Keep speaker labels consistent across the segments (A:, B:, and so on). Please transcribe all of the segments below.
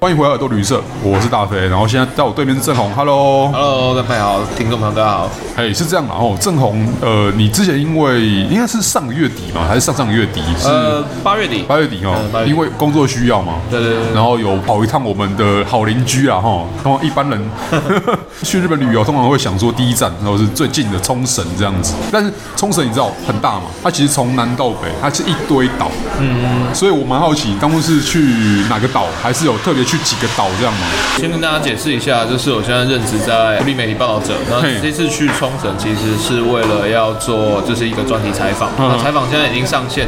A: 欢迎回到耳朵旅社，我是大飞，然后现在在我对面是郑红，Hello，
B: Hello，各位好，听众朋友大家好。
A: 哎，是这样啦哦，郑红，呃，你之前因为应该是上个月底嘛，还是上上个月底是
B: 呃，八月底，
A: 八月底
B: 嗯八
A: 哦，
B: 月底
A: 因为工作需要嘛，
B: 对对对对
A: 然后有跑一趟我们的好邻居啊哈，然后一般人 去日本旅游通常会想说第一站然后是最近的冲绳这样子，但是冲绳你知道很大嘛，它其实从南到北它是一堆岛，嗯，所以我蛮好奇你当初是去哪个岛，还是有特别去几个岛这样吗？
B: 先跟大家解释一下，就是我现在任职在独立媒体报道者，那
A: 嘿
B: 这次去冲绳其实是为了要做就是一个专题采访，
A: 嗯
B: 那采访现在已经上线，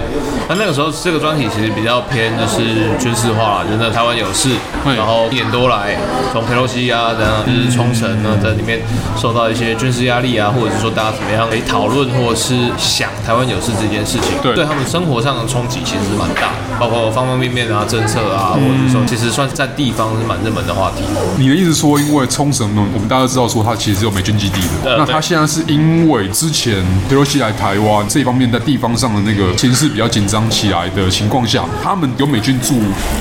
B: 那那个时候这个专题其实比较偏的是军事化啦，就是那台湾有事
A: 嘿，
B: 然后一年多来从佩洛西啊，然后就是冲绳呢在里面受到一些军事压力啊，或者是说大家怎么样诶讨论或者是想台湾有事这件事情，
A: 对
B: 对他们生活上的冲击其实是蛮大，包括方方面面啊政策啊，或者是说其实算在地方是蛮热门的话题。
A: 你的意思说，因为冲绳呢，我们大家都知道说它其实有美军基地的，
B: 呃
A: 那
B: 对
A: 它现在是因为之前德罗西来台湾这方面在地方上的那个情势比较紧张起来的情况下，他们有美军驻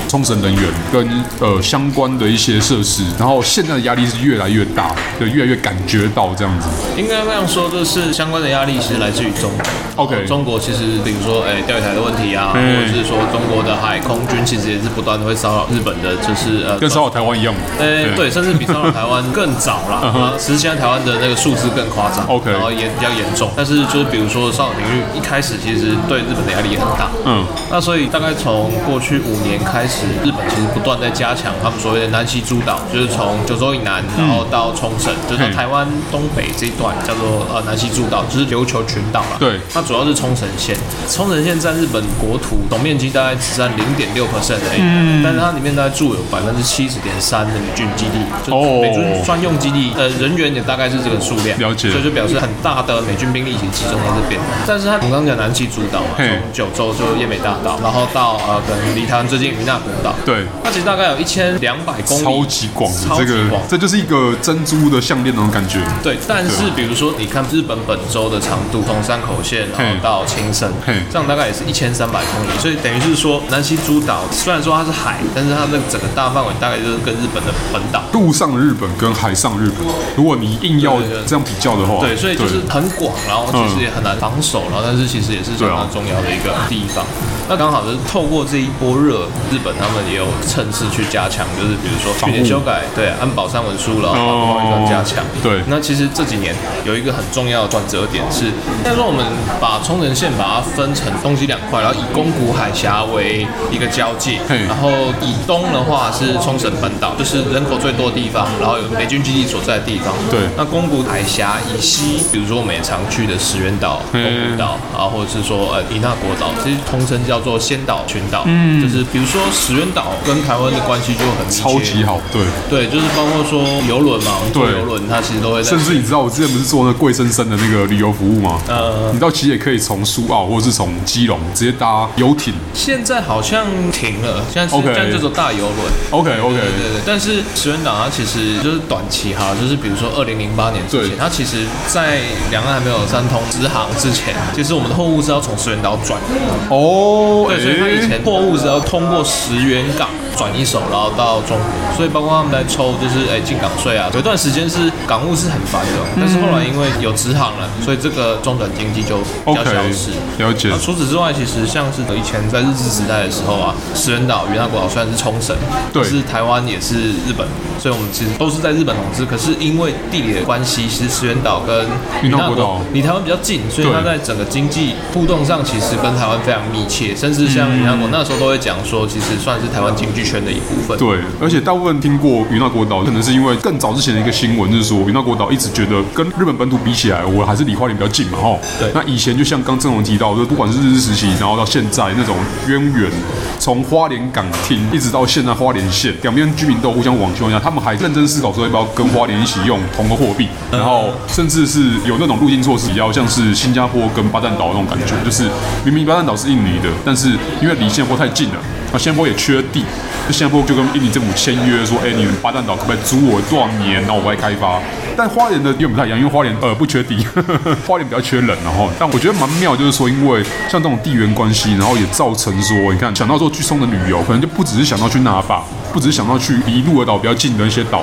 A: 冲绳人员跟呃相关的一些设施，然后现在的压力是越来越大，就越来越感觉到这样子。
B: 应该这样说，就是相关的压力其实来自于中国。
A: OK
B: 中国其实比如说，哎、钓鱼台的问题啊，或
A: 嗯
B: 者是说中国的海空军其实也是不断的会骚扰日本的，就是呃，
A: 跟骚扰台湾一样嘛，
B: 哎、对，甚至比骚扰台湾更早啦。
A: 嗯哼
B: 啊其实现在台湾的那个数字更夸张
A: OK
B: 然后也比较严重。但是就是比如说骚扰频率，一开始其实对日本的压力也很大。
A: 嗯，
B: 那所以大概从过去五年开始，日本其实不断在加强他们所谓的南西诸岛，就是从九州以南，
A: 嗯
B: 然后到冲绳，就是到
A: 嘿
B: 台湾东北这一段叫做呃南西诸岛，就是琉球群岛啦。
A: 对
B: 它主要是冲绳县，冲绳县占日本国土总面积大概只占零点六 percent 而已，
A: 嗯
B: 但是它里面大概住有百分之七十点三的美军基地，
A: 哦
B: 就美军专用基地，呃，人员也大概是这个数量，
A: 了解
B: 所以就表示很大的美军兵力已经集中在这边。但是它我们刚刚讲南西诸岛嘛，
A: 嘿
B: 从九州就叶美大岛，然后到呃，可能离台湾最近云纳古岛，
A: 对
B: 它其实大概有一千两百公里，
A: 超级广的
B: 超
A: 这
B: 级
A: 个
B: 广，
A: 这就是一个珍珠的项链那种感觉。
B: 对，但
A: 啊
B: 是比如说，你看日本本州的长度，从山口县然
A: 嘿
B: 后到青森
A: 嘿，
B: 这样大概也是一千三百公里，所以等于是说，南西诸岛虽然说它是海，但是它那个整个大范围大概就是跟日本的本岛。
A: 陆上的日本跟海上日本，如果你硬要
B: 对对对
A: 这样比较的话，
B: 对，所以就是
A: 嗯
B: 很广，然后其实也很难防守，然后但是其实也是相当重要的一个地方。那刚好就是透过这一波热，日本他们也有趁势去加强，就是比如说去
A: 防护
B: 年修改对安保三文书，然后
A: 哦
B: 防护上加强。
A: 对
B: 那其实这几年有一个很重要的转折点是，应该说我们把冲绳县把它分成东西两块，然后以宫古海峡为一个交界
A: 嘿，
B: 然后以东的话是冲绳本岛，就是人口最多的地方，然后有美军基地所在的地方。
A: 对
B: 那宫古海峡以西，比如说我们也常去的石垣岛、宫古岛啊，或者是说呃伊那国岛，其实通称叫做仙岛群岛。嗯，就是比如说石垣岛跟台湾的关系就很密切
A: 超级。好，对。
B: 对，就是包括说游轮嘛，我们坐
A: 对
B: 游轮它其实都会在
A: 甚至你知道我之前不是做那个贵生生的那个旅游服务吗？
B: 呃
A: 你到其实也可以从苏澳或者是从基隆直接搭游艇。
B: 现在好像停了，现在是
A: OK
B: 现在就走大游轮。
A: OK OK，
B: 对对呃对，但是石原岛它其实就是短期哈，就是比如说二零零八年之
A: 对
B: 前，它其实在两岸还没有三通直航之前，其实我们的货物是要从石原岛转的，
A: 哦，
B: 对，所以它以
A: 诶
B: 前货物是要通过石原港转一手，然后到中国，所以包括他们在抽就是哎进港税啊，有一段时间是港务是很烦的，但是后来因为有直航了，所以这个中转经济就比较
A: OK，
B: 消失。
A: 了解
B: 那。啊除此之外，其实像是以前在日治时代的时候啊，石垣岛、与那国岛虽然是冲绳，
A: 对
B: 可是台湾也是日本，所以我们其实都是在日本统治。可是因为地理的关系，其实石垣岛跟
A: 与那国岛
B: 离台湾比较近，所以
A: 对
B: 它在整个经济互动上其实跟台湾非常密切，甚至像与那国那时候都会讲说，其实算是台湾经济圈的一部分。
A: 嗯对，而且大部分听过与那国岛，可能是因为更早之前的一个新闻，就是说与那国岛一直觉得跟日本本土比起来，我还是离花莲比较近嘛，吼。
B: 对
A: 那以前就像刚郑宏提到，就不管是日治时期，然后到现在那种渊源，从花莲港厅一直到现在花莲县，两边居民都互相往情况下，他们还认真思考说要不要跟花莲一起用同个货币，
B: 嗯
A: 然后甚至是有那种路径措施，比较像是新加坡跟巴淡岛那种感觉，就是明明巴淡岛是印尼的，但是因为离新加坡太近了。那新加坡也缺地，就新加坡就跟印尼政府签约说，哎、你们巴淡岛可不可以租我多少年，然后我来开发。但花莲的又不太一样，因为花莲呃不缺地， 花莲比较缺人，然后但我觉得蛮妙，就是说因为像这种地缘关系，然后也造成说，你看想到说去冲绳旅游，可能就不只是想到去那霸，不只是想到去离鹿儿岛比较近的一些岛，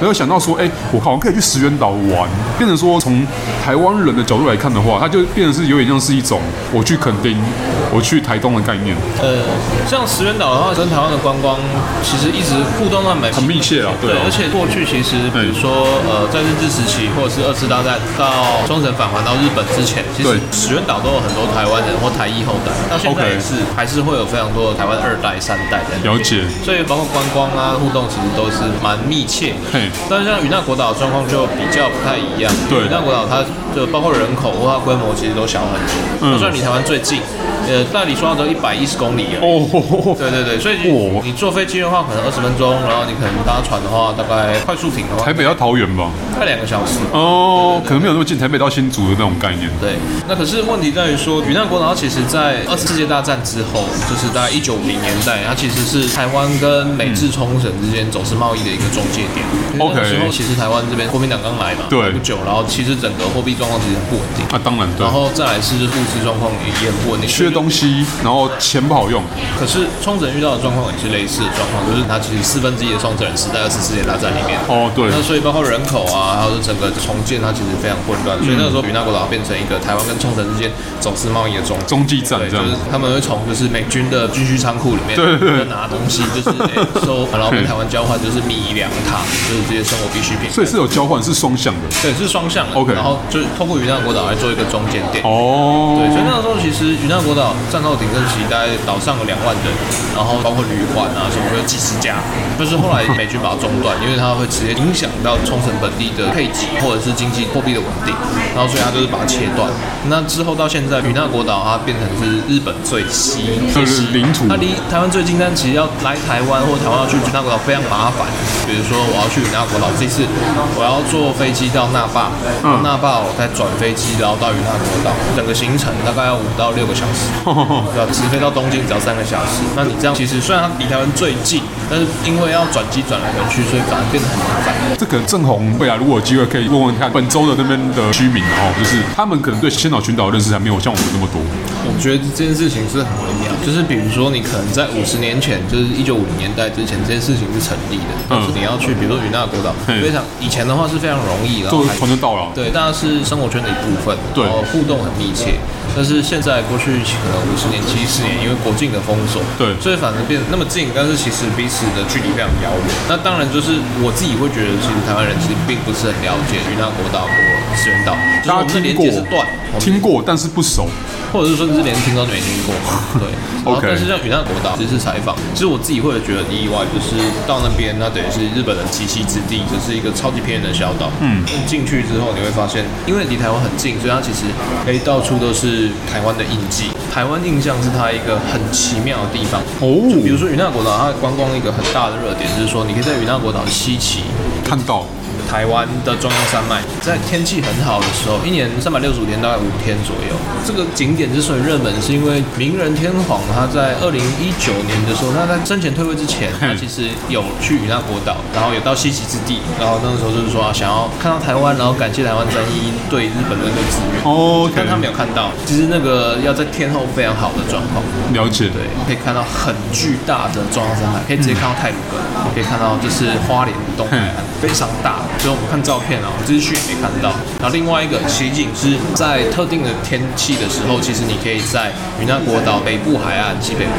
A: 然后想到说，哎、我好像可以去石垣岛玩，变成说从台湾人的角度来看的话，它就变成是有点像是一种我去垦丁，我去台东的概念。
B: 呃，像石原岛的话，跟台湾的观光其实一直互动还蛮
A: 很密切啊对啊
B: 而且过去其实比
A: 对
B: 如说呃，在日治时期或者是二次大战到冲绳返还到日本之前，其实
A: 对
B: 石原岛都有很多台湾人或台裔后代，到现在
A: OK
B: 也是还是会有非常多的台湾二代、三代在那边
A: 了解
B: 所以包括观光啊、互动，其实都是蛮密切的。
A: 嘿
B: 但是像与那国岛的状况就比较不太一样。
A: 对
B: 与那国岛它就包括人口或它规模其实都小很多。
A: 嗯
B: 嗯，虽然离台湾最近，呃，那离双都一百一十公里而已。
A: 哦，
B: 对对对，所以
A: 哦
B: 你坐飞机的话，可能二十分钟，然后你可能搭船的话，大概快速艇的话
A: 台，北到桃园吧？
B: 快两个小时。
A: 哦，可能没有那么近，台北到新竹的那种概念。
B: 对，那可是问题在于说，与那国岛它其实在二次世界大战之后，就是大概一九五零年代，它其实是台湾跟美制冲绳之间走私贸易的一个中介点。
A: OK
B: 那个时候其实台湾这边国民党刚来嘛，
A: 对
B: 不久，然后其实整个货币状况其实很不稳定，
A: 啊，当然对
B: 然，后再来是物资状况也也很不稳定，
A: 缺东西，然后钱不好用。
B: 可是冲绳遇到的状况也是类似的状况，就是它其实四分之一的冲绳人是在二次世界大战里面。
A: 哦，对，
B: 那所以包括人口啊，还有是整个重建，它其实非常混乱。所以那个时候，与那国岛变成一个台湾跟冲绳之间走私贸易的中心
A: 中继站
B: 对，
A: 这
B: 就
A: 样
B: 是。他们会从就是美军的军需仓库里面
A: 对对
B: 就拿东西，就是、哎收，然后跟台湾交换，就是米粮塔，就是这些生活必需品。
A: 所以是有交换，是双向的。
B: 对，是双向的。
A: OK
B: 然后就是透过与那国岛来做一个中间点。
A: 哦，
B: 对，所以那个时候其实云南国岛战斗停更期大概岛上有两万人，然后包括旅馆啊什么有几十家，但是后来美军把它中断，因为它会直接影响到冲绳本地的配给或者是经济货币的稳定，然后所以它就是把它切断。那之后到现在，与那国岛它变成是日本最西
A: 这
B: 最
A: 是
B: 西
A: 领土
B: 它离台湾最近，但其实要来台湾或台湾要去与那国岛非常麻烦。比如说我要去与那国岛，这次我要坐飞机到那霸，
A: 嗯
B: 那霸我再转飞机，然后到与那国岛，整个行程大概要五到六个小时。要直飞到东京只要三个小时，那你这样其实虽然它离台湾最近，但是因为要转机转来转去，所以反而变得很麻烦。
A: 这可能正红未来如果有机会可以问问看本州的那边的居民哦，就是他们可能对千岛群岛的认识还没有像我们那么多。
B: 我觉得这件事情是很微妙，就是比如说你可能在五十年前，就是一九五零年代之前，这件事情是成立的，但是你要去，比如说与那国岛，
A: 嗯
B: 非常以前的话是非常容易，然后
A: 坐
B: 还
A: 船就到了
B: 对，大家是生活圈的一部分，
A: 对
B: 然后互动很密切。但是现在过去可能五十年、七十年，因为国境的封锁，
A: 对
B: 所以反而变得那么近，但是其实彼此的距离非常遥远。那当然就是我自己会觉得，其实台湾人其实并不是很了解与那国岛国石原岛，就是我
A: 大
B: 们
A: 家
B: 的
A: 听
B: 连
A: 过
B: 接是断，我们，
A: 听过但是不熟。
B: 或者是甚至连听都没听过。对然后
A: OK
B: 但是像云南国岛，这次采访，其实我自己会觉得意外，就是到那边，那等于是日本的栖息之地，就是一个超级偏远的小岛。嗯，进去之后你会发现，因为离台湾很近，所以它其实哎到处都是台湾的印记。台湾印象是它一个很奇妙的地方。
A: 哦
B: 就比如说云南国岛，它观光一个很大的热点就是说，你可以在云南国岛西奇
A: 哦看到
B: 台湾的中央山脉，在天气很好的时候，一年三百六十五天，大概五天左右。这个景点之所以热门，是因为明仁天皇他在二零一九年的时候，他在生前退位之前，
A: 嗯
B: 他其实有去与那国岛，然后有到西岐之地，然后那个时候就是说啊想要看到台湾，然后感谢台湾专一对日本的那个支援。
A: 哦，OK
B: 但他没有看到，其实那个要在天后非常好的状况。
A: 了解
B: 对，可以看到很巨大的中央山脉，可以
A: 嗯
B: 直接看到泰鲁阁，可以看到就是花莲东海岸非常大，所以我们看照片啊，我们资讯也没看到。然后另外一个奇景是在特定的天气的时候，其实你可以在云南国岛北部海岸、西北部，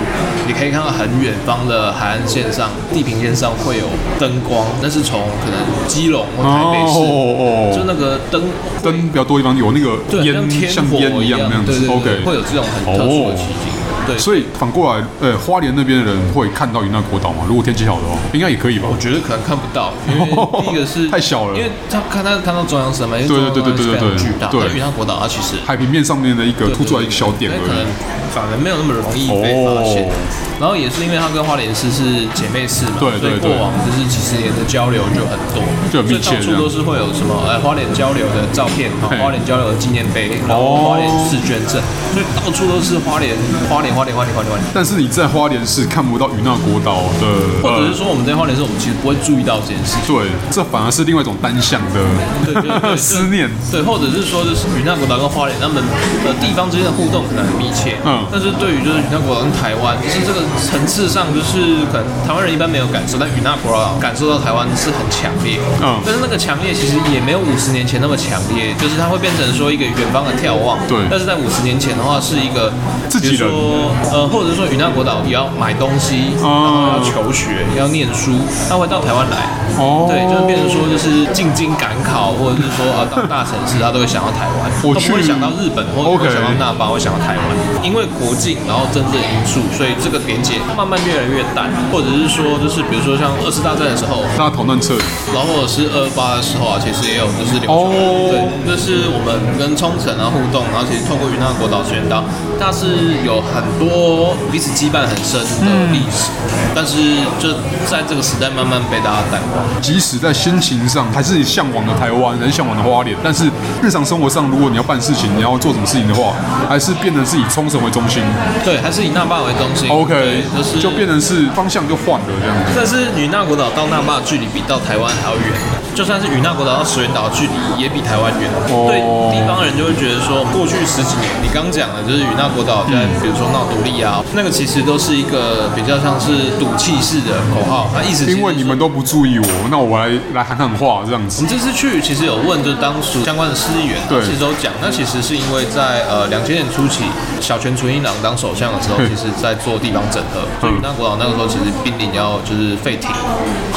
B: 你可以看到很远方的海岸线上、地平线上会有灯光，那是从可能基隆或台北市，
A: 哦哦
B: 就那个灯
A: 灯比较多地方有那个
B: 对，像
A: 烟
B: 天
A: 像
B: 火
A: 烟一样那样
B: 对
A: 子。
B: 对对
A: OK，哦
B: 会有这种很特殊的奇景。对，
A: 所以反过来，呃，花莲那边的人会看到云南国岛嘛？如果天气好的话，应该也可以吧
B: 我？觉得可能看不到，因为第一个是
A: 太小了
B: 因为他看他看到中央山脉，因为
A: 对对
B: 中央山
A: 对
B: 脉
A: 对对对
B: 是非常巨大，
A: 对
B: 但云南国岛它其实
A: 海平面上面的一个凸出来一个小点
B: 对
A: 而
B: 可能
A: 已。
B: 反而没有那么容易被发现
A: 哦。
B: 然后也是因为它跟花莲市是姐妹市嘛，
A: 对
B: 所以
A: 对
B: 过
A: 对
B: 往就是几十年的交流就很多，
A: 就很密切
B: 所以到处都是会有什么呃花莲交流的照片，然后
A: 嘿
B: 花莲交流的纪念碑，然后
A: 哦
B: 花莲市捐赠，所以到处都是花莲花莲花莲花莲花莲花莲。
A: 但是你在花莲是看不到云南国岛的，
B: 或者
A: 呃
B: 是说我们在花莲市，我们其实不会注意到这件事情。
A: 对，这反而是另外一种单向
B: 对 对对
A: 的
B: 对
A: 思念。
B: 对，或者是说就是与那国岛跟花莲他们呃地方之间的互动可能很密切，
A: 嗯嗯
B: 但是对于就是与那国跟台湾，就是这个层次上，就是可能台湾人一般没有感受，但与那国佬感受到台湾是很强烈。
A: 嗯
B: 但是那个强烈其实也没有五十年前那么强烈，就是它会变成说一个远方的眺望。
A: 对
B: 但是在五十年前的话，是一个
A: 自己人
B: 比如说呃，或者是说与那国岛也要买东西，然后
A: 哦
B: 要求学，要念书，他会到台湾来。
A: 哦
B: 对，就是变成说就是进京赶考，或者是说啊到大城市，他都会想到台湾，
A: 我
B: 他不会
A: 去
B: 想到日本或
A: OK
B: 会想到那巴，会想到台湾，因为国境，然后政治因素，所以这个连接慢慢越来越淡，或者是说就是比如说像二次大战的时候，
A: 大家逃难策略。
B: 然后或者是二八的时候啊，其实也有就是流传，
A: 哦
B: 对，就是我们跟冲绳啊互动，啊然后其实透过云南国岛选到，它呃是有很多彼此羁绊很深的历史，但是就在这个时代慢慢被大家淡忘。
A: 即使在心情上还是你向往的台湾，还是向往的花莲，但是日常生活上，如果你要办事情，你要做什么事情的话，还是变成自己冲绳为中心。
B: 对，还是以那霸为中心。对
A: OK，
B: 就是
A: 就变成是方向就换了这样子。
B: 但是与那国岛到那霸距离比到台湾还要远，就算是与那国岛到石垣岛的距离也比台湾远。
A: 哦
B: 对地方人就会觉得说，过去十几年，你刚讲的就是与那国岛在，
A: 嗯
B: 比如说闹独立啊，那个其实都是一个比较像是赌气式的口号，它意思其实
A: 因为你们
B: 是。
A: 都不注意我，那我来来喊喊话这样
B: 我
A: 子。
B: 们这次去其实有问，就是当时相关的市议员啊，
A: 对
B: 其实都讲，那其实是因为在呃两千年初期，小泉纯一郎当首相的时候，
A: 嗯
B: 其实在做地方整合，所以
A: 嗯
B: 那国岛那个时候其实濒临要就是废停，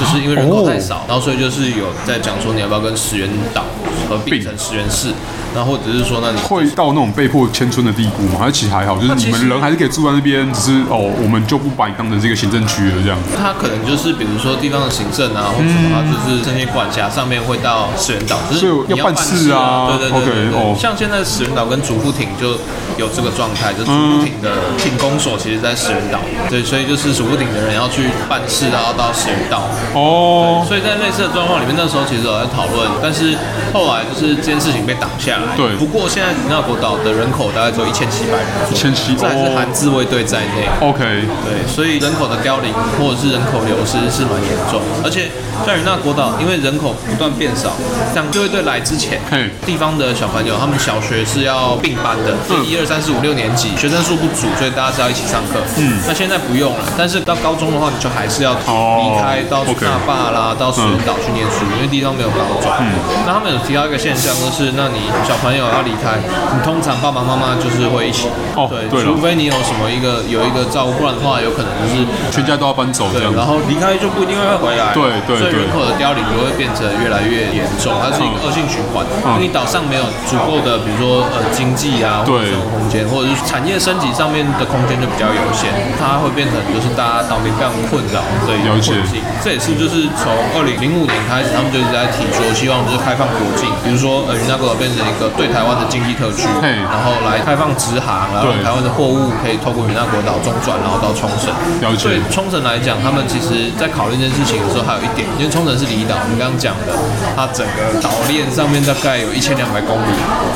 B: 就是因为人口太
A: 哦
B: 少，然后所以就是有在讲说你要不要跟石原岛合并
A: 并
B: 成石原市，然后或者是说那你
A: 会到那种被迫迁村的地步吗？还是其实还好，就是你
B: 那其
A: 们
B: 实
A: 人还是可以住在那边，只是哦，我们就不把你当成这个行政区了这样。
B: 它可能就是比如说地方的行政啊，或者什么，它就是这些管辖上面会到石原岛，就是
A: 所以
B: 你
A: 要
B: 要
A: 办
B: 办
A: 事啊
B: 对对对
A: OK，
B: 对
A: 哦
B: 对。像现在石原岛跟竹户町就有这个状态，就竹户町的町公所其实在石原岛，对，所以就是竹户町的人要去办事，然后到石原岛。
A: 哦，
B: 所以在类似的状况里面，那时候其实有在讨论，但是后来就是这件事情被挡下来。
A: 对
B: 不过现在那国岛的人口大概只有一千七百人左右，
A: 1700
B: 这还是
A: 哦
B: 含自卫队在内。
A: OK，
B: 对，所以人口的凋零或者是人口流失是蛮严重的，而且在与那国岛，因为人口不断变少，像就会对来之前
A: 嘿，
B: 地方的小朋友他们小学是要并班的，所以一二三四五六年级学生数不足，所以大家是要一起上课。嗯，那现在不用了，但是到高中的话，你就还是要离开到
A: OK
B: 那霸啦，到石原岛去念书，因为地方没有高中。嗯，那他们有提到一个现象，就是那你小朋友要离开，你通常爸爸妈妈就是会一起，
A: 哦对了
B: 对，除非你有什么一个有一个照顾，不然的话有可能就是
A: 全家都要搬走这
B: 对
A: 样，子
B: 然。后离开就不一定会回来，
A: 对对
B: 所以
A: 对嗯
B: 人口的凋零就会变成越来越严重，它是一个恶性循环。因为你岛上没有足够的，比如说呃经济啊，或者
A: 对
B: 生活空间，或者是产业升级上面的空间就比较有限，它会变成就是大家岛民非常困扰，所以
A: 了解
B: 困境。这也是就是从二零零五年开始，他们就一直在提说，希望就是开放国境，比如说呃云南国岛变成一个对台湾的经济特区，
A: 嘿
B: 然后来开放直航，然后
A: 对
B: 台湾的货物可以透过云南国岛中转，然后到冲绳。
A: 了解
B: 对冲绳来讲，他们其实在考虑这件事情的时候，还有一点，因为冲绳是离岛，我们刚刚讲的，它整个岛链上面大概有一千两百公里，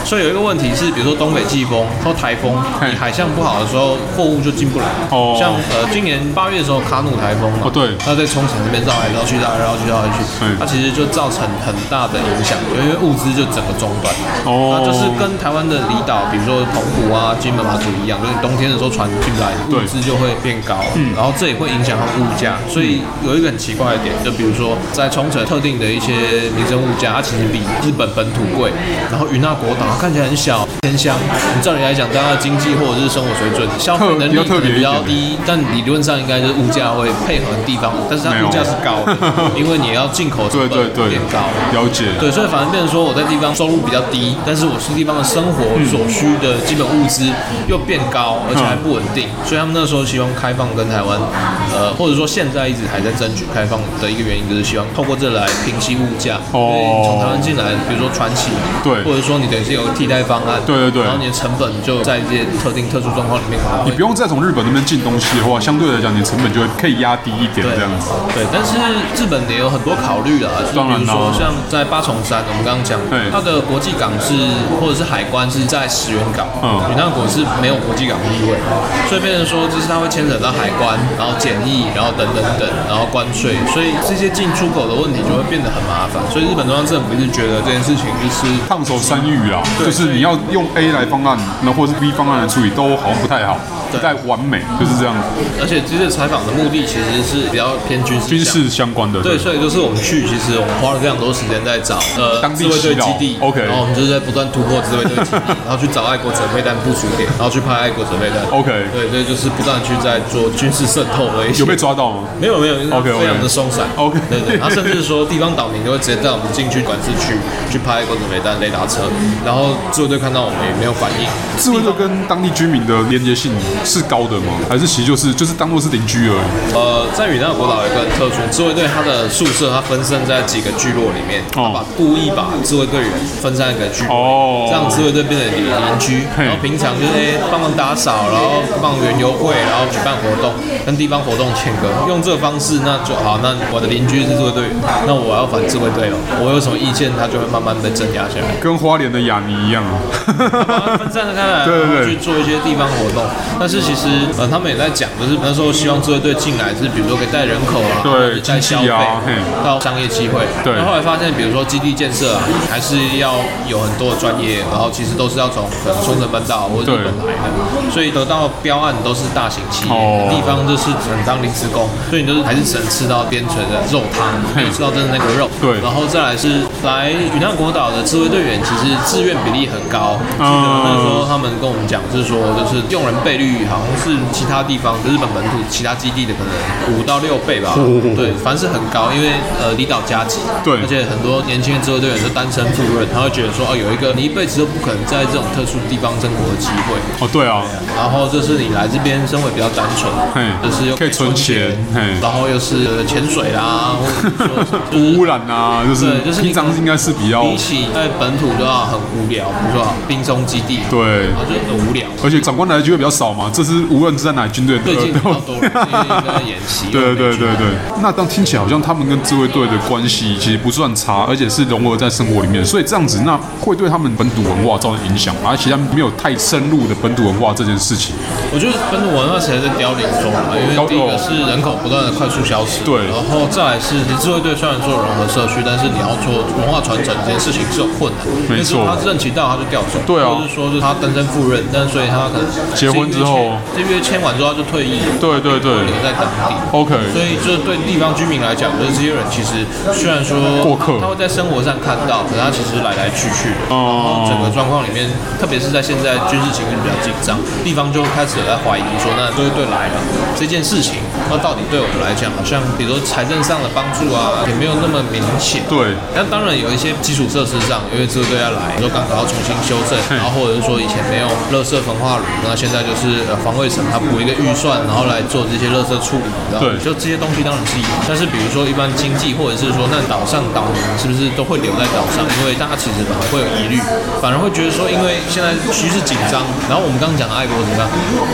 B: 所以有一个问题是，比如说东北季风或台风，
A: 嘿
B: 你海象不好的时候，货物就进不来。
A: 哦
B: 像呃今年八月的时候，卡努台风
A: 哦
B: 嘛，
A: 对
B: 它在冲绳那边绕来绕去，绕来绕去，绕来绕去
A: 嗯，
B: 它其实就造成很大的影响，因为物资就整个中断。
A: 哦
B: 它就是跟台湾的离岛，比如说澎湖啊、金门、马祖一样，就是冬天的时候船进不来，
A: 对
B: 物资就会变高，
A: 嗯
B: 然后这也会影响到物价。所以有一个很奇怪的点，就比如说在冲绳特定的一些民生物价，它其实比日本本土贵。然后云那国岛看起来很小，偏乡，你照理来讲，大家的经济或者是生活水准、消费能力
A: 特比较特
B: 可
A: 别
B: 能
A: 一
B: 比
A: 点
B: 较低，但理论上应该就是物价会配合地方，但是它
A: 没有
B: 物价是 高的，因为你要进口成
A: 对
B: 本
A: 对对
B: 变高。，
A: 了解。
B: 对，所以反而变成说，我在地方收入比较低，但是我是地方的生活
A: 嗯
B: 所需的基本物资又变高，而且还不稳定，
A: 嗯
B: 所以他们那时候希望开放跟台湾，呃，或者说现在一直还在争取开放的一个原因，就是希望透过这来平息物价。
A: 哦
B: 因为从台湾进来，比如说传奇，
A: 对
B: 或者说你等于是有个替代方案，
A: 对对对
B: 然后你的成本就在这些特定特殊状况里面可能
A: 你
B: 会
A: 不用再从日本那边进东西的话，相对来讲，你成本就会可以压低一点
B: 对
A: 这样子。
B: 对，但是日本也有很多考虑啦，就是
A: 当然
B: 比如
A: 啦
B: 说像在八重山，我们刚刚讲
A: 对，
B: 它的国际港是是或者是海关是在石原港，
A: 嗯
B: 云南国是没有国际港的地位，所以变成说就是它会牵扯到海关，然后检疫，然后等等等，然后关税，所以这些进出口的问题就会变得很麻烦。所以日本中央政府一直觉得这件事情就是
A: 烫手山芋啦，
B: 对
A: 就是你要用 A 来方案，那或是 B 方案来处理，都好像不太好，不
B: 对
A: 太完美，就是这样，
B: 而且这次采访的目的其实是比较偏军事
A: 军
B: 向
A: 事相关的。
B: 对，所以就是我们去，其实我们花了非常多时间在找呃
A: 当地
B: 自卫队
A: 渠道
B: 基地
A: OK
B: 然后我们就是在不断突破自卫队 基地，然后去找爱国者备弹部署点，然后去拍爱国者备弹。
A: OK
B: 对，所以就是不断地去在做军事渗透的一些
A: 有被抓到吗？
B: 没有没有就是
A: OK，OK
B: 非常的松散。
A: OK
B: 对对，他甚至说地方岛民都会直接带我们进去管制区去拍国子雷弹雷达车，然后自卫队看到我们也没有反应。
A: 自卫队跟当地居民的连接性是高的吗？还是其实就是就是当做是邻居而已？
B: 呃，在与那国岛有一个特殊，自卫队它的宿舍它分散在几个聚落里面，他
A: 哦
B: 把故意把自卫队员分散在各个聚落里面。
A: 哦
B: 这样自卫队变成邻邻居，
A: 嘿
B: 然后平常就是哎帮忙打扫，然后帮忙园游会，然后举办活动，跟地方活动切割，用这个方式那就好。那我的邻居是自卫队员，那我要反自卫队了，我有什么意见，他就会慢慢被镇压下来。
A: 跟花莲的雅尼一样啊，
B: 把它分散开来，
A: 对对对
B: 然后去做一些地方活动。但是其实呃，他们也在讲，就是那时候希望自卫队进来，就是比如说可以带人口啊，
A: 对
B: 或者是带消
A: 经济
B: 费
A: 啊嘿
B: 到商业机会。
A: 对
B: 那后来发现，比如说基地建设啊，还是要有很多的专业，然后其实都是要从可能冲绳本岛或者日本来的，所以得到标案都是大型企业，
A: 哦
B: 地方就是只能当临时工，所以你就是还是只能吃到边陲的肉汤，没有吃到真的那个肉。
A: 对
B: 然后再来是来云南国岛的自卫队员，其实志愿比例很高。记得
A: 哦
B: 那时候他们跟我们讲，是说就是用人倍率好像是其他地方日本本土其他基地的可能五到六倍 吧。对，反正是很高，因为呃离岛加急。
A: 嗯对
B: 而且很多年轻的自卫队员都单身赴任，他会觉得说哦有一个你一辈子都不可能在这种特殊地方生活的机会。
A: 哦对啊，
B: 然后就是你来这边生活比较单纯
A: 嘿，
B: 就是又
A: 可以存钱嘿
B: 然后又是呃潜水啦，或者是说 就是
A: 污染啊，就是
B: 对，就是你
A: 平常应该是比较
B: 比起在本土都要很无聊，比如说冰松基地，
A: 对
B: 然后就很无聊。
A: 而且长官来的机会比较少嘛，这是无论是在哪军队
B: 最近比较多人在演习，
A: 对对对对，那当听起来好像他们跟自卫队的关系其实不算差，而且是融合在生活里面，所以这样子那会对他们本土文化造成影响吗，而且他们没有太深入的本土文化这件事情。
B: 我觉得本土文化实在是凋零中了，因为第一个是人口不断的快速消失，
A: 对
B: 然后再来是其实自卫队虽然说有融合社区，但是你要做文化传承这件事情是有困难，
A: 没错
B: 因为他任期到他就调走，
A: 对啊
B: 或者是说是他单身赴任，但所以他可能
A: 结婚之后
B: 这约签完之后他就退役了，
A: 对对对
B: 留在当地。
A: ，OK，
B: 所以就是对地方居民来讲，就是这些人其实虽然说
A: 过客
B: 他会在生活上看到，可是他其实来来去去的。
A: 哦
B: 整个状况里面，特别是在现在军事情势比较紧张，地方就开始有在怀疑说，那对对来了这件事情，那到底对我们来讲，好像比如说财政上的帮助啊，也没有那么明显。
A: 对，
B: 那当然有一些基础设施上，因为自卫队要来，比如说港口要重新修正，然后或者是说以前没有垃圾焚化炉，那现在就是呃防卫省它补一个预算，然后来做这些垃圾处理，然后
A: 对
B: 就这些东西当然是有。但是比如说一般经济，或者是说那岛上岛民是不是都会留在岛上？因为大家其实反而会有疑虑，反而会觉得说，因为现在局势紧张，然后我们刚刚讲的爱国怎么样，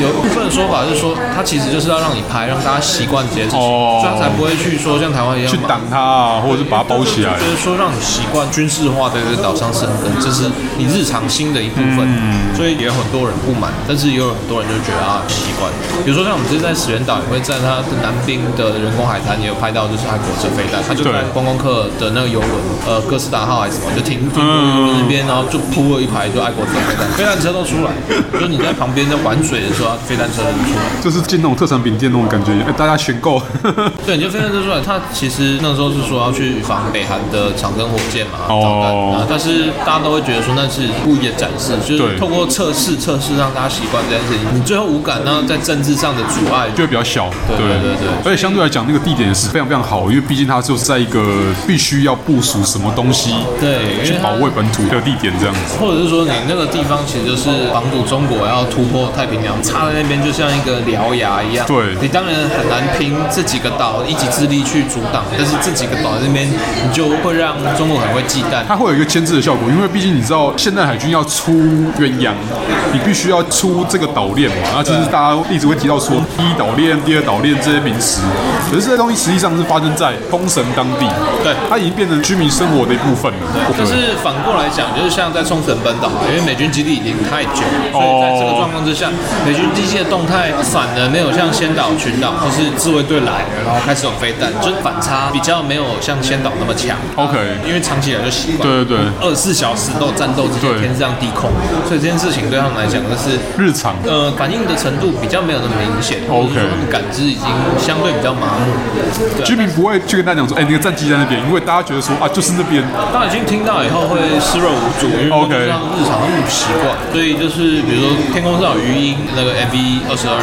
B: 有部分的说法是说，它其实就是要让你拍，让大家习惯这些事情，
A: 哦
B: 所以他才不会去说像台湾一样
A: 去
B: 嘛
A: 挡它啊，或者是把它包起来
B: 就。是说让你习惯军事化在这个岛上生根，这是你日常新的一部分。
A: 嗯
B: 所以也有很多人不满，但是也有很多人就觉得啊习惯。比如说像我们之前在石原岛也会在它南滨的人工海滩也有拍到，就是韩国这飞弹，它就
A: 对
B: 在观光客的那个游轮，呃哥斯达号还是什么，就停停
A: 嗯
B: 泊在那边，然后就铺了一排就爱国者飞弹，飞弹车都 出来，就是你在旁边在玩水的时候，飞弹车就出来。
A: 就是进那种特产品店那种感觉，哎大家选购，
B: 对，你就分辨得出来，他其实那时候是说要去防北韩的长征火箭嘛，
A: 哦
B: 导弹啊，但是大家都会觉得说那是故意的展示，就
A: 对
B: 是透过测试测试让大家习惯这件事情，你最后无感，然后在政治上的阻碍，
A: 就会比较小。
B: 对对对对
A: 而且相对来讲，那个地点也是非常非常好，因为毕竟它就是在一个必须要部署什么东西
B: 对，因
A: 去
B: 为它
A: 保卫本土的地点这样子。
B: 或者是说你那个地方其实就是防堵中国要突破太平洋，插在那边就像一个獠牙一样。
A: 对
B: 你当然很难凭这几个岛一己之力去阻挡，但是这几个岛那边你就会让中国很会忌惮。
A: 它会有一个牵制的效果，因为毕竟你知道，现代海军要出远洋，你必须要出这个岛链嘛。那就是大家一直会提到说，第一岛链、第二岛链这些名词，可是这东西实际上是发生在封神当地，
B: 对
A: 它已经变成居民生活的一部分了。
B: 但是反过来讲，就是像在冲绳本岛，因为美军基地已经太久，
A: 哦
B: 所以在这个状况之下，美军基地的动态反而没有像仙岛群岛或是自卫队来了，然后开始有飞弹，就是反差比较没有像仙岛那么强。
A: OK
B: 因为长期以来就习惯，
A: 对对对
B: 二十四小时都有战斗，之
A: 对
B: 间天上地空，所以这件事情对他们来讲就是
A: 日常
B: 呃，反应的程度比较没有那么明显
A: OK
B: 或者说他们感知已经相对比较麻木。对啊
A: 居民不会去跟大家讲说，哎、那个战机在那边，因为大家觉得说啊，就是那边。
B: 当然已经听到以后会视若无睹，因为
A: OK
B: 这样日常他们不习惯，所以就是比如说天空上有鱼鹰那个 F 一二十二，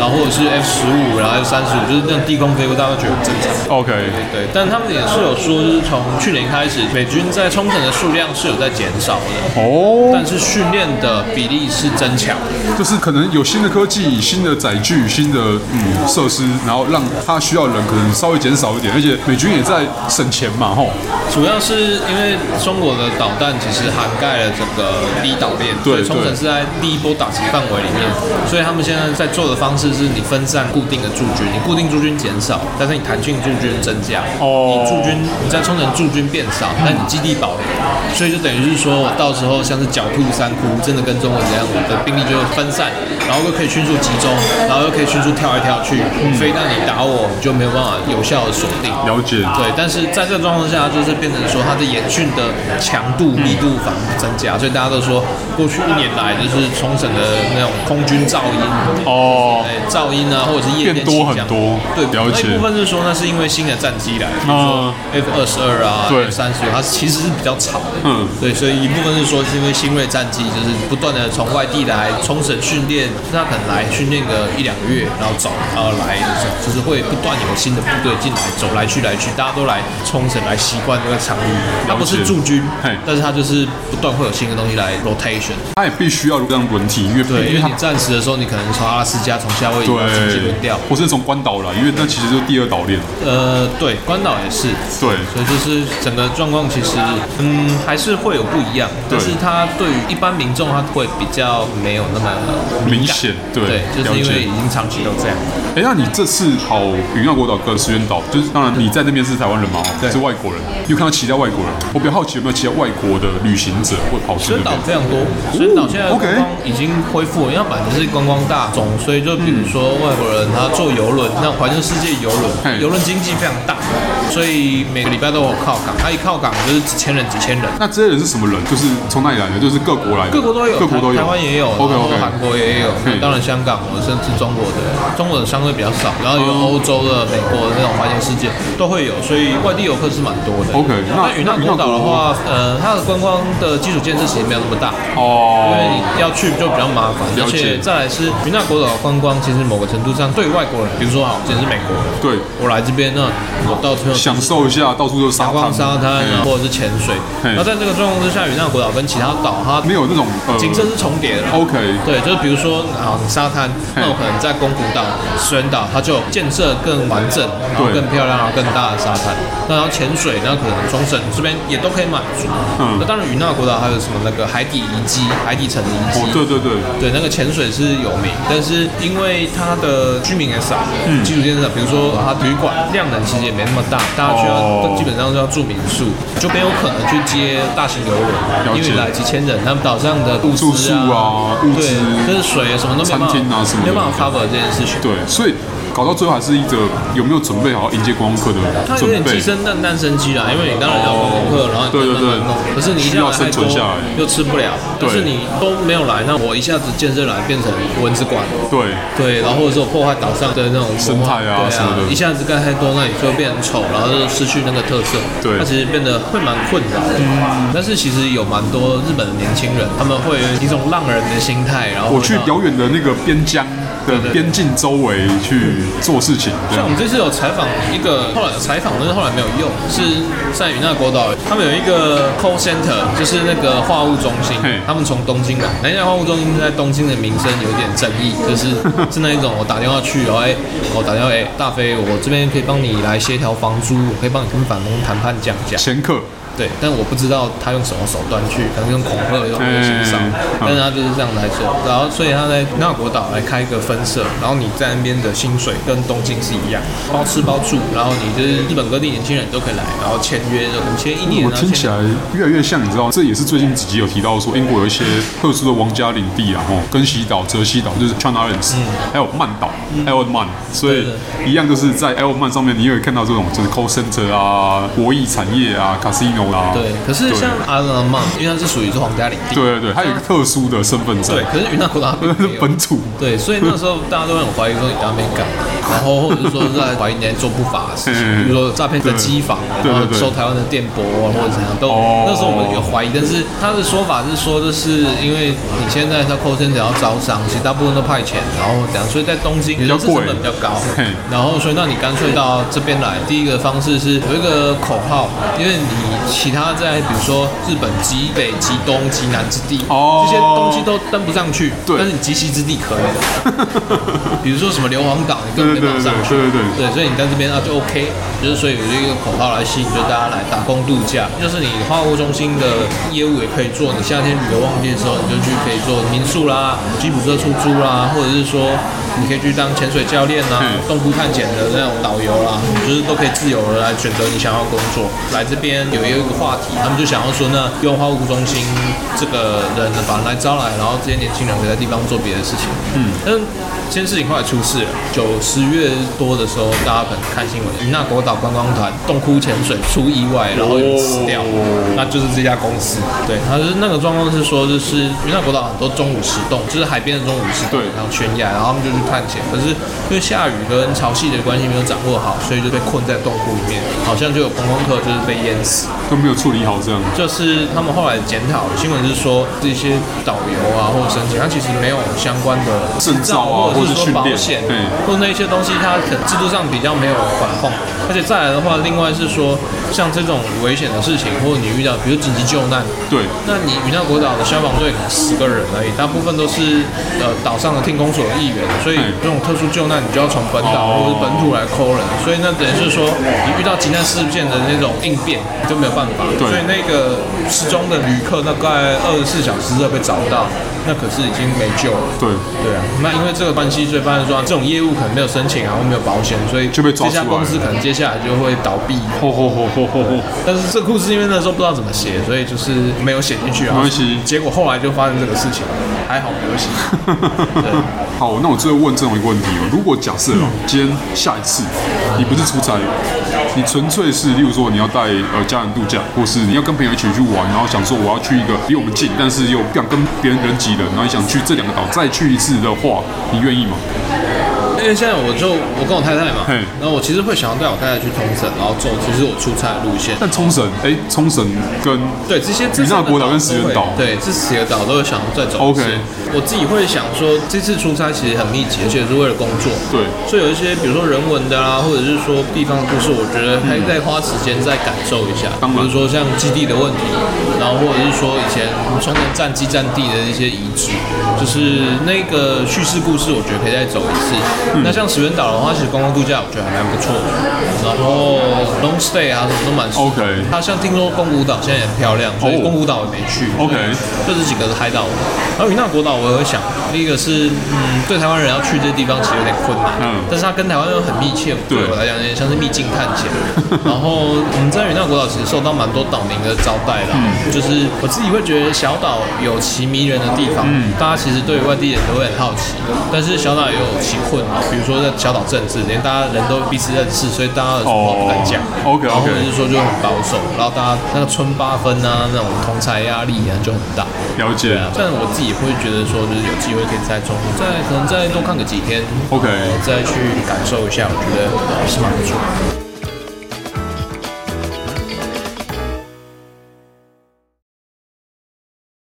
B: 然后或者是 F 十五，然后 F 三十五，就是那种低空飞过，大家都觉得很正常。
A: OK，
B: 对，但他们也是有说，就是从去年开始，美军在冲绳的数量是有在减少的，
A: 哦，
B: 但是训练的比例是增强。
A: 就是可能有新的科技、新的载具、新的嗯设施，然后让它需要的人可能稍微减少一点，而且美军也在省钱嘛，吼。
B: 主要是因为中国的导弹其实涵盖了整个第一岛链，
A: 对
B: 所以冲绳是在第一波打击范围里面，所以他们现在在做的方式是你分散固定的驻军，你固定驻军减少，但是你弹性驻军增加，
A: 哦
B: 你驻军你在冲绳驻军变少，但你基地保留，所以就等于是说我到时候像是狡兔三窟，真的跟中文一样，我的兵力就分散，然后又可以迅速集中，然后又可以迅速跳来跳去，非但你打我，你就没有办法有效的锁定。
A: 了解，
B: 对，但是在这个状况下，就是变成说它的演训的强度、密度反而增加，所以大家都说过去一年来就是冲绳的那种空军噪音
A: 哦
B: 哎，噪音啊，或者是夜
A: 变
B: 间
A: 多
B: 气
A: 很
B: 象
A: 多
B: 对，
A: 了解
B: 那一部分是说那是因为新的战机来，比如
A: 嗯
B: 说 F 二十二啊、
A: 对
B: F 三十，它其实是比较吵的，
A: 嗯
B: 对，所以一部分是说是因为新锐战机就是不断的从外地来冲绳训练，那可能来训练个一两个月，然后走，然后来就是会不断有新的部队进来，走来去来去，大家都来冲绳来习惯这个场域，它不
A: 了解
B: 是驻军
A: 嘿，
B: 但是它就是不断会有新的东西来 rotation。
A: 它也必须要这样轮替，因为
B: 对，因为
A: 它
B: 你暂时的时候，你可能从阿拉斯加、从夏威夷直接轮
A: 对
B: 调，，
A: 或是从关岛来，因为那其实就是第二岛链。
B: 呃，对，关岛也是，
A: 对
B: 所以就是整个状况其实，嗯，还是会有不一样，
A: 对
B: 但是它对于一般民众，它会比较没有那么敏
A: 明
B: 感
A: 显对
B: 就是
A: 了
B: 因
A: 解
B: 为已经长期都这样，
A: 哎，那你这次跑云耀国岛跟石垣岛，就是当然你在那边是台湾人嘛，哦
B: 对
A: 是外国人，你有看到其他外国人？我比较好奇有没有其他外国的旅行者会跑去
B: 深
A: 那
B: 岛
A: 边？
B: 非常多，深岛现在
A: OK
B: 观光已经恢复了，因为它本来就是观光大众，所以就比如说外国人他坐游轮，那环游世界游
A: 嘿
B: 轮，游轮经济非常大，所以每个礼拜都有靠港，它一靠港就是几千人几千人。
A: 那这些人是什么人？就是从哪里来的？就是各国来的，
B: 各国都有，啊
A: 各国都有，
B: 台湾也有
A: OK
B: 然后
A: OK，
B: 韩国也有，
A: 嗯
B: 那当然香港，我甚至中国的，中国的相对比较少，然后有欧洲的、美国的那种环球世界都会有，所以外地游客是蛮多的。
A: OK，那
B: 那云南
A: 那
B: 国岛的话，呃，它的观光的基础建设其实没有那么大。因为
A: 哦，
B: 你要去就比较麻烦，
A: 了
B: 而
A: 解
B: 且再来是云南国岛的观光，其实某个程度上对外国人，比如说好，今天是美国人，
A: 对，
B: 我来这边那我到这
A: 享受一下，到处都是沙
B: 阳
A: 滩，哎
B: 光沙滩啊，
A: 嘿
B: 或者是潜水
A: 嘿。
B: 那在这个状况之下，云南国岛跟其他岛它
A: 没有那种呃
B: 景色是重叠的啦。
A: OK，
B: 对，就是比如说啊，你沙滩，
A: 嘿
B: 那我可能在宫古岛、石垣岛，它就有建设更完整，然后
A: 对
B: 更漂亮，然后更大的沙滩。那然后潜水，那可能冲绳这边也都可以满足。
A: 嗯
B: 那当然，与那国岛还有什么那个海底遗迹、海底城遗迹
A: 哦，，对对对，
B: 对，那个潜水是有名，但是因为它的居民也少，
A: 嗯
B: 基础建设，比如说它旅馆量能其实也没那么大，大家需要、
A: 哦
B: 基本上是要住民宿，就没有可能去接大型游轮，
A: 了
B: 因
A: 解
B: 为来几千人，他们岛上的物
A: 住
B: 资
A: 宿啊物资
B: 对，就是水什么都没办法
A: 餐厅啊什么的
B: 没办法 cover 这件事情。
A: 对，所以搞到最后还是一个有没有准备好迎接观光客
B: 它
A: 的
B: 有
A: 准
B: 点
A: 备
B: 鸡。生蛋，蛋生鸡啦，因为你当然要观光客，然后你
A: 对对
B: 慢慢
A: 对
B: 弄可是你一
A: 需
B: 下
A: 要
B: 来太
A: 生存
B: 多
A: 下来
B: 又吃不了，
A: 对
B: 但是你都没有来，那我一下子建设来变成蚊子馆，
A: 对，
B: 对，然后或者说破坏岛上的那种
A: 生态啊
B: 对
A: 什么的
B: 一下子盖太多，那你就会变丑，然后就失去那个特色。
A: 对
B: 它其实变得会蛮困扰。嗯，但是其实有蛮多日本的年轻人，他们会有一种浪人的心态，然后
A: 我去
B: 会到
A: 遥远的那个边疆的
B: 对
A: 边境周围去做事情，这样
B: 像我们这次有采访一个，后来有采访，但是后来没有用，是在与那国岛，他们有一个 call center，就是那个话务中心
A: 嘿，
B: 他们从东京来，南下话务中心在东京的名声有点争议，就是是那一种我打电话去，然后哎、我打电话哎、大飞，我这边可以帮你来协调房租，我可以帮你跟房东谈判降价。
A: 前客
B: 对，但我不知道他用什么手段去，可能用恐吓用威胁上
A: 嗯，
B: 但是他就是这样来做。然后所以他在纳国岛来开一个分社，然后你在那边的薪水跟东京是一样，包吃包住，然后你就是日本各地年轻人都可以来，然后签约，就签一年
A: 我
B: 啊，签
A: 听起来越来越像，你知道，这也是最近几集有提到说，英国有一些特殊的王家领地啊，吼，根西岛、泽西岛，就是 China Islands，、还有曼岛 e l m a n 所以
B: 嗯对
A: 一样就是在 e l m a n 上面，你也会看到这种就是 call center 啊、博弈产业啊、casino 啊。
B: 对，可是像
A: 对
B: 阿拉曼，因为它是属于是皇家领地，
A: 对对对，它有一个特殊的身份证
B: 对，，可是与那国岛
A: 是 本土。
B: 哦对，所以那时候大家都很怀疑说你在那边干嘛，然后或者是说在怀疑你在做不法的事情，比如说诈骗的机房，
A: 嗯对
B: 然后
A: 对对
B: 收台湾的电波啊或者怎样，都
A: 哦
B: 那时候我们有怀疑，但是他的说法是说，就是因为你现在在 call center 要招商，其实大部分都派遣，然后这样，所以在东京
A: 比较
B: 人事成
A: 贵
B: 本比较高
A: 嘿，
B: 然后所以那你干脆到这边来，第一个方式是有一个口号，因为你其他在比如说日本极北、极东、极南之地，
A: 哦
B: 这些东西都登不上去，
A: 对
B: 但是你极西之地可以。 比如说什么硫磺岛，你根本没办法上去。
A: 对对对
B: 对所以你在这边啊就 OK，就是所以有一个口号来吸引，就大家来打工度假。就是你花货中心的业务也可以做，你夏天旅游旺季的时候，你就去可以做民宿啦、吉普车出租啦，或者是说你可以去当潜水教练啦、
A: 嗯
B: 洞窟探险的那种导游啦，就是都可以自由的来选择你想要的工作。来这边有一个话题，他们就想要说呢，用花屋中心这个人把人来招来，然后这些年轻人可以在地方做别的事情。嗯，但是这件事情后来出事了，九十月多的时候，大家可能看新闻，与那国岛观光团洞窟潜水出意外，然后有人死掉。那就是这家公司，对，它是那个状况是说，就是云南国岛很多钟乳石洞，就是海边的钟乳石洞
A: 对，
B: 然后悬崖，然后他们就去探险，可是因为下雨跟潮汐的关系没有掌握好，所以就被困在洞窟里面，好像就有观光客就是被淹死。
A: 都没有处理好这样。
B: 就是他们后来检讨新闻是说，这些导游啊或者申请，他其实没有相关的
A: 证照啊
B: 或
A: 或
B: 者
A: 者
B: 是
A: 训
B: 说保
A: 练
B: 险
A: 对，
B: 或者那一些东西，它可能制度上比较没有管控。而且再来的话，另外是说，像这种危险的事情，或者你遇到比如紧急救难，
A: 对，
B: 那你云南国岛的消防队可能十个人而已，大部分都是呃岛上的听公所的议员，所以
A: 嗯
B: 这种特殊救难你就要从本
A: 哦
B: 岛或者本土来抠人，所以那等于是说你遇到急难事件的那种应变你就没有办法，
A: 对
B: 所以那个失踪的旅客大概二十四小时之内被找到，那可是已经没救了。
A: 对，
B: 对啊，那因为这个关系，所以发现说这种业务可能没有申请啊，或没有保险，所以
A: 就被抓
B: 这家
A: 出来
B: 公司可能接下来就会倒闭。
A: 吼吼吼吼吼吼。
B: 但是这故事因为那时候不知道怎么写，所以就是没有写进去啊。
A: 没关系
B: 结果后来就发生这个事情，还好没有 写。对
A: 好，那我最后问郑荣一个问题哦，如果假设啊，
B: 嗯
A: 今天下一次你不是出差，哦你纯粹是，例如说你要带呃家人度假，或是你要跟朋友一起去玩，然后想说我要去一个离我们近，但是又不想跟别人人挤人，然后你想去这两个岛再去一次的话，你愿意吗？
B: 因为现在我就我跟我太太嘛
A: 嘿，
B: 然后我其实会想要带我太太去冲绳，然后走其实我出差的路线。
A: 但冲绳，哎、冲绳跟
B: 对这些
A: 与那国岛跟石垣岛
B: 对这几个岛都有想要再走一
A: OK
B: 次。我自己会想说，这次出差其实很密集，而且是为了工作。
A: 对
B: 所以有一些比如说人文的啊啦，或者是说地方的故事，我觉得还在花时间再感受一下。
A: 当然
B: 比如说像基地的问题，然后或者是说以前冲绳战机战地的一些遗址，就是那个叙事故事，我觉得可以再走一次。
A: 嗯
B: 那像石原岛的话，其实观光度假我觉得还蛮不错的。然后 long stay 啊，什么都蛮适合
A: OK
B: 它像听说宫古岛现在也很漂亮，所以
A: 哦
B: 宫古岛我也没去。
A: OK
B: 就这几个海岛。然后云南国岛我也会想，第一个是嗯，对台湾人要去这地方其实有点困难，
A: 嗯
B: 但是它跟台湾又很密切，
A: 对
B: 对我来讲有点像是秘境探险。然后嗯我们在云南国岛其实受到蛮多岛民的招待啦，就是我自己会觉得小岛有其迷人的地方，大家其实对外地人都会很好奇，但是小岛也有其困扰，比如说在小岛政治，连大家人都彼此认识，所以大家有什么话不敢讲。
A: 哦，OK，OK
B: 哦然后或者是说就很保守，然后大家那个村八分啊，那种同财压力啊就很大。
A: 了解
B: 对啊，但我自己会觉得说，就是有机会可以再重复，再可能再多看个几天
A: OK
B: 呃再去感受一下，我觉得呃是蛮不错的。